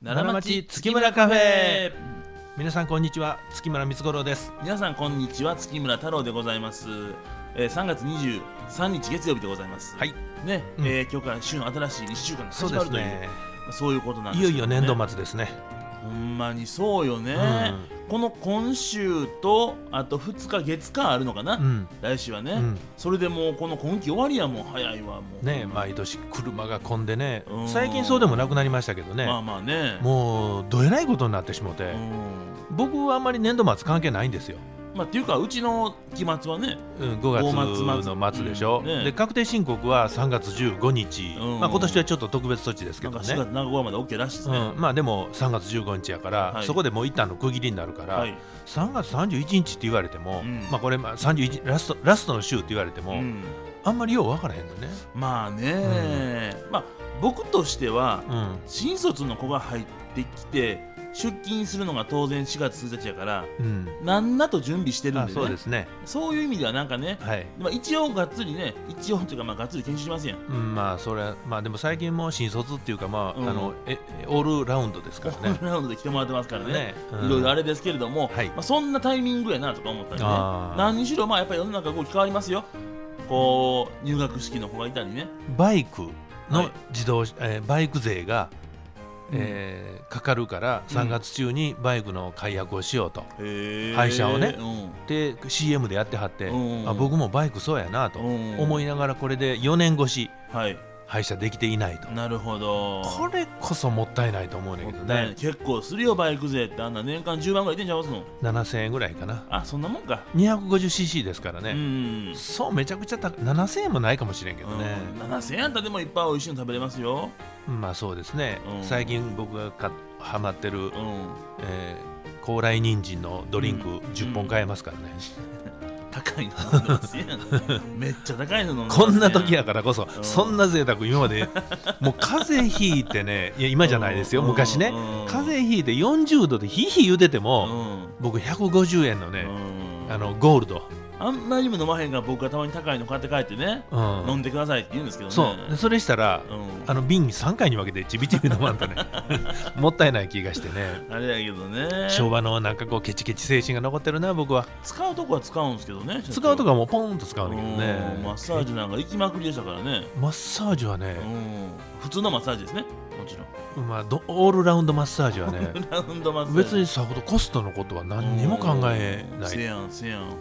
奈良町月村カフェ皆さんこんにちは月村光五郎です皆さんこんにちは月村太郎でございます、えー、3月23日月曜日でございますはいね、うんえー今日から週の新しい1週間がそう始まるですというそうねいうことなんでいすけよど、ね、いよ年度末ですねほんまにそうよね、うこの今週とあと2日月間あるのかな、うん来週はね、うんそれでもうこの今期終わりやもん早いわもうね毎年車が混んでねうん最近そうでもなくなりましたけどねまあまあねもうどえらいことになってしもうてん僕はあんまり年度末関係ないんですよまあっていうかうちの期末はねうん5大月末の末でしょ、うんねで確定申告は3月15日、うんまあ、今年はちょっと特別措置ですけなんどかね4月7日まで OK らしいですね、うん、まあでも3月15日やから、はいそこでもう一旦の区切りになるから、はい、 3月31日って言われても、うんまあこれまあ31ラストラストの週って言われても、うんあんまりよう分からへんのね、まあね、まあ僕としてはうん新卒の子が入ってきて出勤するのが当然4月1日やからうんなんなと準備してるんあで,、ね、そうですねそういう意味ではなんかね、はい、まあ、一応がっつりね一応というかまあがっつり研修しますやんうん、まあそれはまあでも最近もう新卒っていうかまあ、うんあのえオールラウンドですから ねラウンドで来てもらってますからねうんいろいろあれですけれども、はいまあ、そんなタイミングやなとか思ったりねあー何にしろまあやっぱり世の中こう変わりますよこう入学式の子がいたりねバイクはのい自動、えーバイク税が、えーかかるからうん3月中にバイクの解約をしようと、廃廃車をねうんで CM でやってはって、うんあ僕もバイクそうやなとうん思いながらこれで4年越しはい廃車できていないと、なるほどこれこそもったいないと思うねんだけどねね結構するよバイク税ってあんな年間10万ぐらい出んちゃいますの7000円ぐらいかなあそんなもんか 250cc ですからうね、ん、そうめちゃくちゃ高い7000円もないかもしれんけどね、うん7000円あったらでもいっぱい美味しいの食べれますよまあそうですね、うん最近僕がかハマってるう、んえー高麗人参のドリンクうん10本買えますからね、高 いの飲んでますやんめっちゃ高いの飲んでますやこんな時やからこそ、うんそんな贅沢今 までもう風邪ひいてねいや今じゃないですよ、うん昔ね、うん風邪ひいて40度でひいひい言うててうも、ん僕150円のね、うんあのゴールド、あんまりも飲まへんから僕がたまに高いの買って帰ってね、うん飲んでくださいって言うんですけどねそうでそれしたら、うんあの瓶に3回に分けてちびちび飲まん とねもったいない気がしてねあれやけどね昭和のなんかこうケチケチ精神が残ってるな僕は使うとこは使うんですけどね使うとかもうポンと使うんだけどうねんマッサージなんか行きまくりでしたからねマッサージはね、うん普通のマッサージですねもちろん まあ、どオールラウンドマッサージはねラウンドマッサージ別にさほどコストのことは何にも考えなせいやんせやんほんま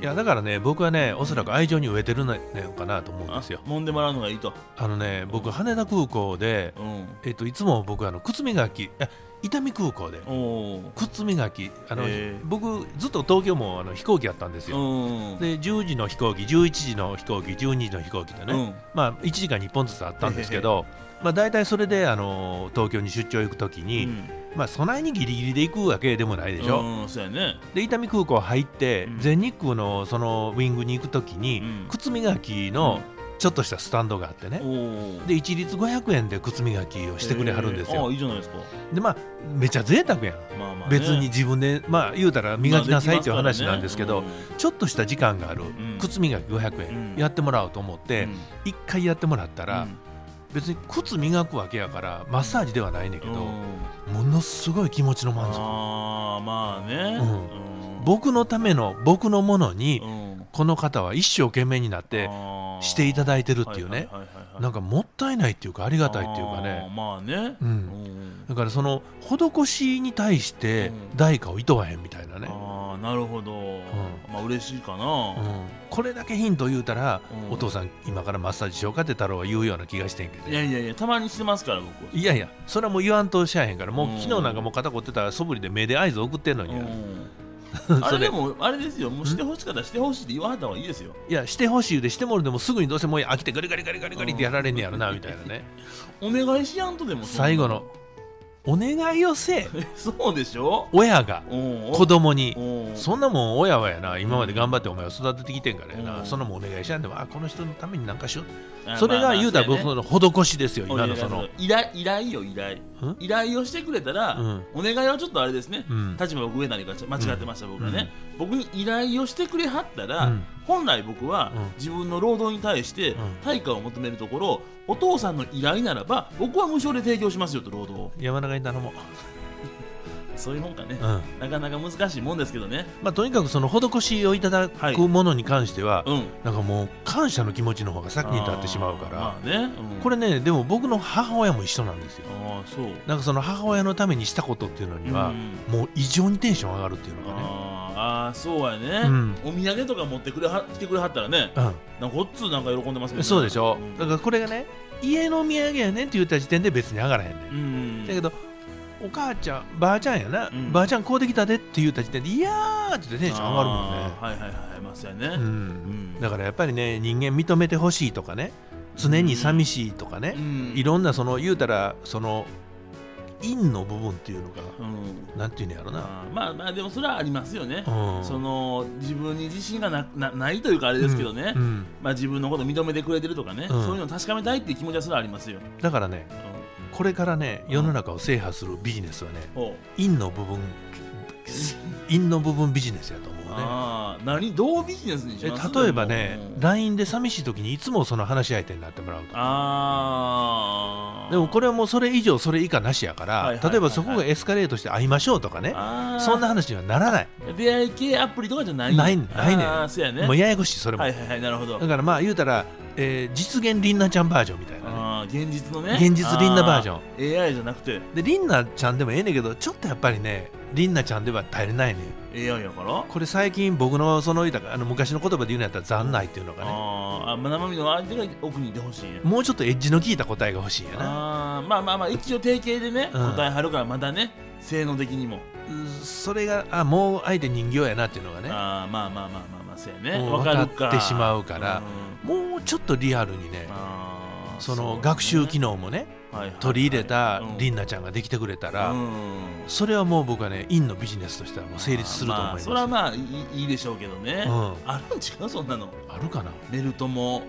にいやだからね僕はねおそらく愛情に飢えてるのかなと思うんあですよ揉んでもらうのがいいとあのね僕羽田空港で、うんえっと、いつも僕あの靴磨きあ伊丹空港でおお靴磨きあの、へー僕ずっと東京もあの飛行機やったんですよ、うんで10時の飛行機11時の飛行機12時の飛行機でね、うんまあ、1時間に1本ずつあったんですけど、まあ、大体それであの東京に出張行く時に、まあ、備えにギリギリで行くわけでもないでしょ、うんそうやねで伊丹空港入って、うん全日空のそのウィングに行く時に、うん靴磨きのちょっとしたスタンドがあってね、おおで一律500円で靴磨きをしてくれはるんですあよ、いいじゃないですかでまあめちゃ贅沢やんまあまあね別に自分でまあ言うたら磨きなさいっていう話なんですけまあど、できますちょっとした時間があるん靴磨き500うん円やってもらおうと思っからてねうん1回やってもらったらうん別に靴磨くわけやからマッサージではないねんだけうどんものすごい気持ちの満足ああまあねうん僕のための僕のものにうんこの方は一生懸命になってあーしていただいてるっていうねはいはいはいはいなんかもったいないっていうかありがたいっていうかあーねまあねううんんだからその施しに対してうん代価をいとわへんみたいなねああなるほど、まあ嬉しいかな、うんこれだけヒント言うたら、うんお父さん今からマッサージしようかって太郎は言うような気がしてんけどいやいやいやたまにしてますから僕いやいやそれはもう言わんとしゃあへんからもううん昨日なんかもう肩凝ってたらそぶりで目で合図送ってんのに、うん、あ それれでもあれですよもうしてほしかったらしてほしいって言わはった方がいいですよいやしてほしいでしてもるでもすぐにどうせもう飽きてガリガリガリガリガリってやられんねやろなみたいなねお願いしやんとでもそんな最後のお願いをせえ そうでしょ親がうん子供にうんそんなもん親はやな今まで頑張ってお前を育ててきてんからやな、うんそんなもんお願いしやんでもあこの人のためになんかしようあそれまあがまあ言うたらそやね僕の施しですよお願今いのそのそう依頼依頼よ依頼ん依頼をしてくれたら、うんお願いはちょっとあれですね、うん立場僕上なりが間違ってました、僕はね、僕に依頼をしてくれはったら、うん本来僕はうん自分の労働に対してうん対価を求めるところ、お父さんの依頼ならば僕は無償で提供しますよと労働を山中円頼もそういうもんかねう、う、んなかなか難しいもんですけどねまあ、とにかくその施しをいただはいくものに関しては、うんなんかもう感謝の気持ちの方が先に立ってしまうかあらーまあね、うんこれねでも僕の母親も一緒なんですよああそうなんかその母親のためにしたことっていうのにうは、んもう異常にテンション上がるっていうのがねあーあーそうやね、うんお土産とか持ってくれは来てくれはったらねうん、なんかこっつなんか喜んでますけど、ね、そうでしょ、んだからこれがね家のお土産やねんって言った時点で別に上がらへんねん、うんだけどお母ちゃんばあちゃんやな、うんばあちゃんこうできたでって言った時点でいやーってテンション上がるもんねあーはいはいはいまさやうね、んうんだからやっぱりね人間認めてほしいとかね常に寂しいとかねう、んいろんなその言うたらその陰の部分っていうのがうんなんていうんやろな、あーまあまあでもそれはありますよね、うん、その自分に自信がななないというかあれうんですけどね、うんまあ、自分のこと認めてくれてるとかね、うんそういうのを確かめたいっていう気持ちはそれはありますよ、だからねうんこれからね世の中を制覇するビジネスはねほう陰の部分陰の部分ビジネスやと思うねああ何どうビジネスにしえます例えばねうん LINE で寂しい時にいつもその話し相手になってもらうとああでもこれれはもうそれ以上それ以下なしやから、はいはいはいはい例えばそこがエスカレートして会いましょうとかねそんな話にはならない出会い系アプリとかじゃないないないねんああそうやねもうややこしいそれも、はいはいはいなるほどだからまあ言うたら、えー実現りんなちゃんバージョンみたいなねああ現実のね現実りんなバージンョン AI じゃなくてでりんなちゃんでもええねんけどちょっとやっぱりねりんなちゃんでは足りないね AI やからこれ最近僕のその言うたらあの昔の言葉で言うのやったら残ないっていうのがねあーあまあ生身の相手が奥にいてほしいんやもうちょっとエッジの効いた答えが欲しいんやなあーまあまあまあ一応定型でね、うん答えはるからまだね性能的にも、うんそれがあもう相手人形やなっていうのがねあーまあまあまあまあまあそうやねうんわかるかわかってしまうからんもうちょっとリアルにねあーその学習機能能もね取り入れたりんなちゃんができてくれたら、それはもう僕はね陰のビジネスとしてはもう成立すると思います、それはまあいいいいでしょうけどね、うんあるん違うそんなのあるかなメルトも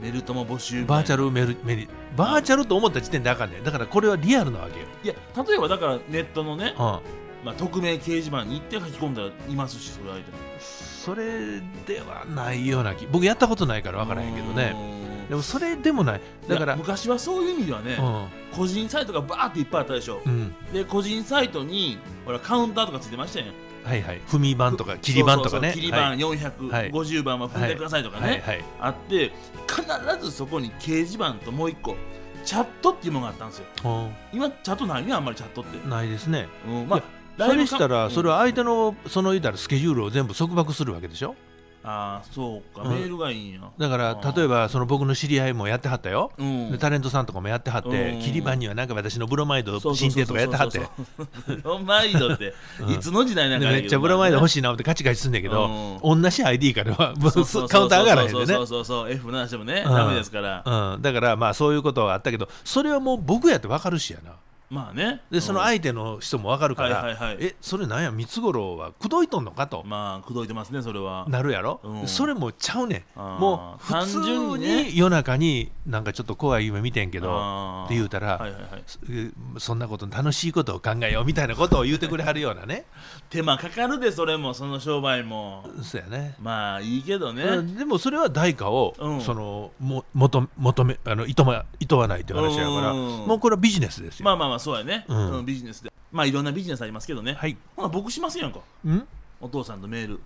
メルトも募集みたいバなーチャルメルメリバーチャルと思った時点であかんねんだからこれはリアルなわけよ、いや例えばだからネットのね、うまあ、匿名掲示板に行って書き込んだらいますしそれ相手もん、それではないような気僕やったことないから分からへんけどねうんでもそれでもないだかいやら昔はそういう意味ではね、個人サイトがバーっていっぱいあったでしょう、ん、うん、で個人サイトにほらカウンターとかついてましたよねはいはい踏み板とか切り板とそかねうそうそう切り板はい450、はい番は踏んでくださいとかね、はいはいあって必ずそこに掲示板ともう一個チャットっていうものがあったんですよ今チャットないねあんまりチャットって、うんないですねうん、まあいやそれしたライブらかそれは相手のその言うたらスケジュールを全部束縛するわけでしょああそうか、うんメールがいいんやだかあらー例えばその僕の知り合いもやってはったようんでタレントさんとかもやってはっうてん切り板にはなんか私のブロマイドそうそう進そう呈とそうかやってはってそうそうそうブロマイドって、うんいつの時代なんでかめっちゃブロマイド欲しいしいなってカチカチすんだけけど同じ ID からはもうそうそうそうカウンター上がらへんそうでそねうそうそう F7 してもね、うんダメですから、うんだからまあそういうことはあったけどそれはもう僕やって分かるしやなまあねでその愛相手の人も分かるかはいはいはらいえそれなんや三つ五郎は口説いとんのかとまあ口説いてますねそれはなるやろうんそれもちゃうねんあーもう普単純通にねに夜中になんかちょっと怖い夢見てんけどあーって言うたらはいはいはい、そそんなこと楽しいことを考えようみたいなことを言うてくれはるようなね 手間かかるでそれもその商売もそうやねまあいいけどね、うんでもそれは代価を、うんそのも求め求めあのいとまいとわないという話やからうんもうこれはビジネスですよ、まあまあまあそうやね、ううんんビジネスでまあいろんなビジネスありますけどね、はいほな僕しますやんかんお父さんとメール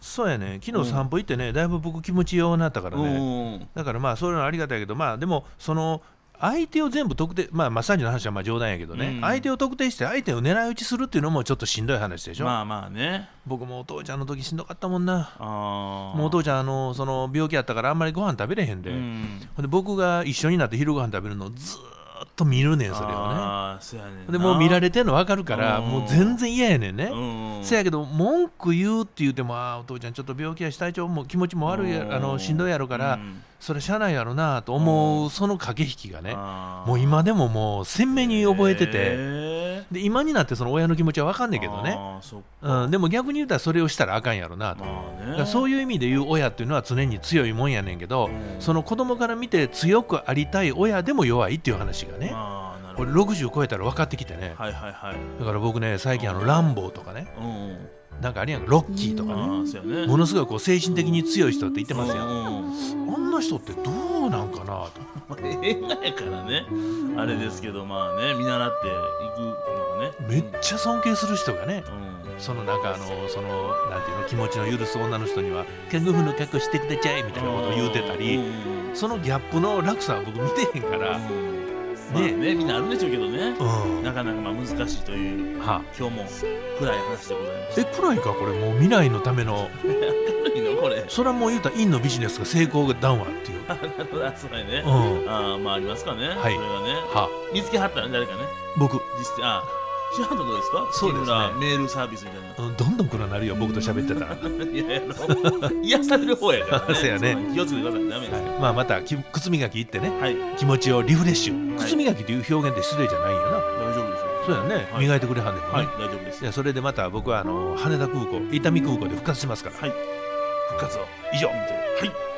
そうやねう昨ん日散歩行ってねだいぶ僕気持ちようなったからうねんだからまあそういうのはありがたいけどまあでもその相手を全部特定まあマッサージの話はまあ冗談やけどね、うん相手を特定して相手を狙い撃ちするっていうのもちょっとしんどい話でしょ、まあまあね僕もお父ちゃんの時しんどかったもんなあーもうお父ちゃんあのその病気やったからあんまりご飯食べれへんで、うんほんで僕が一緒になって昼ご飯食べるのをずーっと見るねんそれをねあーそうやねんなでもう見られてんの分かるからうんもう全然嫌やねんうねんせやけど文句言うって言うてもああお父ちゃんちょっと病気やし体調も気持ちも悪いやうんあのしんどいやろからうんそれしゃあないやろなと思うんうその駆け引きがねあーもう今でももう鮮明に覚えててへーで今になってその親の気持ちは分かんねんけどねあーそっうんでも逆に言うたらそれをしたらあかんやろなとまあだねからそういいう意味で言う親っていうのは常に強いもんやねんけどうんその子供から見て強くありたい親でも弱いっていう話がねまあなる俺60超えたら分かってきてね、はいはいはいだから僕ね最近あの「ランボー」とかねうんうんなんかあれやんかロッキーとかねああそうやねものすごいこう精神的に強い人って言ってますうよんうんあんな人ってどうなんかなとまあ映画やからねあれですけどまあね見習っていくのがねめっちゃ尊敬する人がねうんそのなんかあのそのなんていうの気持ちの許す女の人には看護婦の格好してくださいみたいなことを言うてたうんりうんそのギャップの落差は僕見てへんからまあねねみんなあるんでしょうけどねうんなかなかまあ難しいというは今日も暗い話でございましたえ暗いかこれもう未来のためのいいのこれそれはもう言うたら陰のビジネスが成功が談話っていうあそうやねうんはああまあありますかねはいそれがね見つけはったら誰かね僕実際あ市販のどうですかそうです木ね村メールサービスみたいなうんどんどん暗なるよ僕と喋ってたらいやいやあの癒される方やからねそうやねん気をつけてくださいダメですまあまたき靴磨き行ってねはい気持ちをリフレッシュはい靴磨きという表現って失礼じゃないよな大丈夫でしょそうやねはい磨いてくれはんねんうもんはいね大丈夫ですじゃあそれでまた僕はあの羽田空港伊丹空港で復活しますからはい復活を以上はい